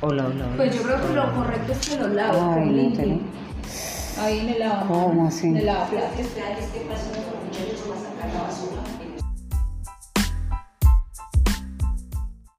Hola, hola, hola. Pues yo creo que lo correcto es que lo lave, Ah, que bueno, limpie. tenés- Ahí en el lavabo. ¿Cómo así? En el lavaplatos. Espera, ¿qué pasó?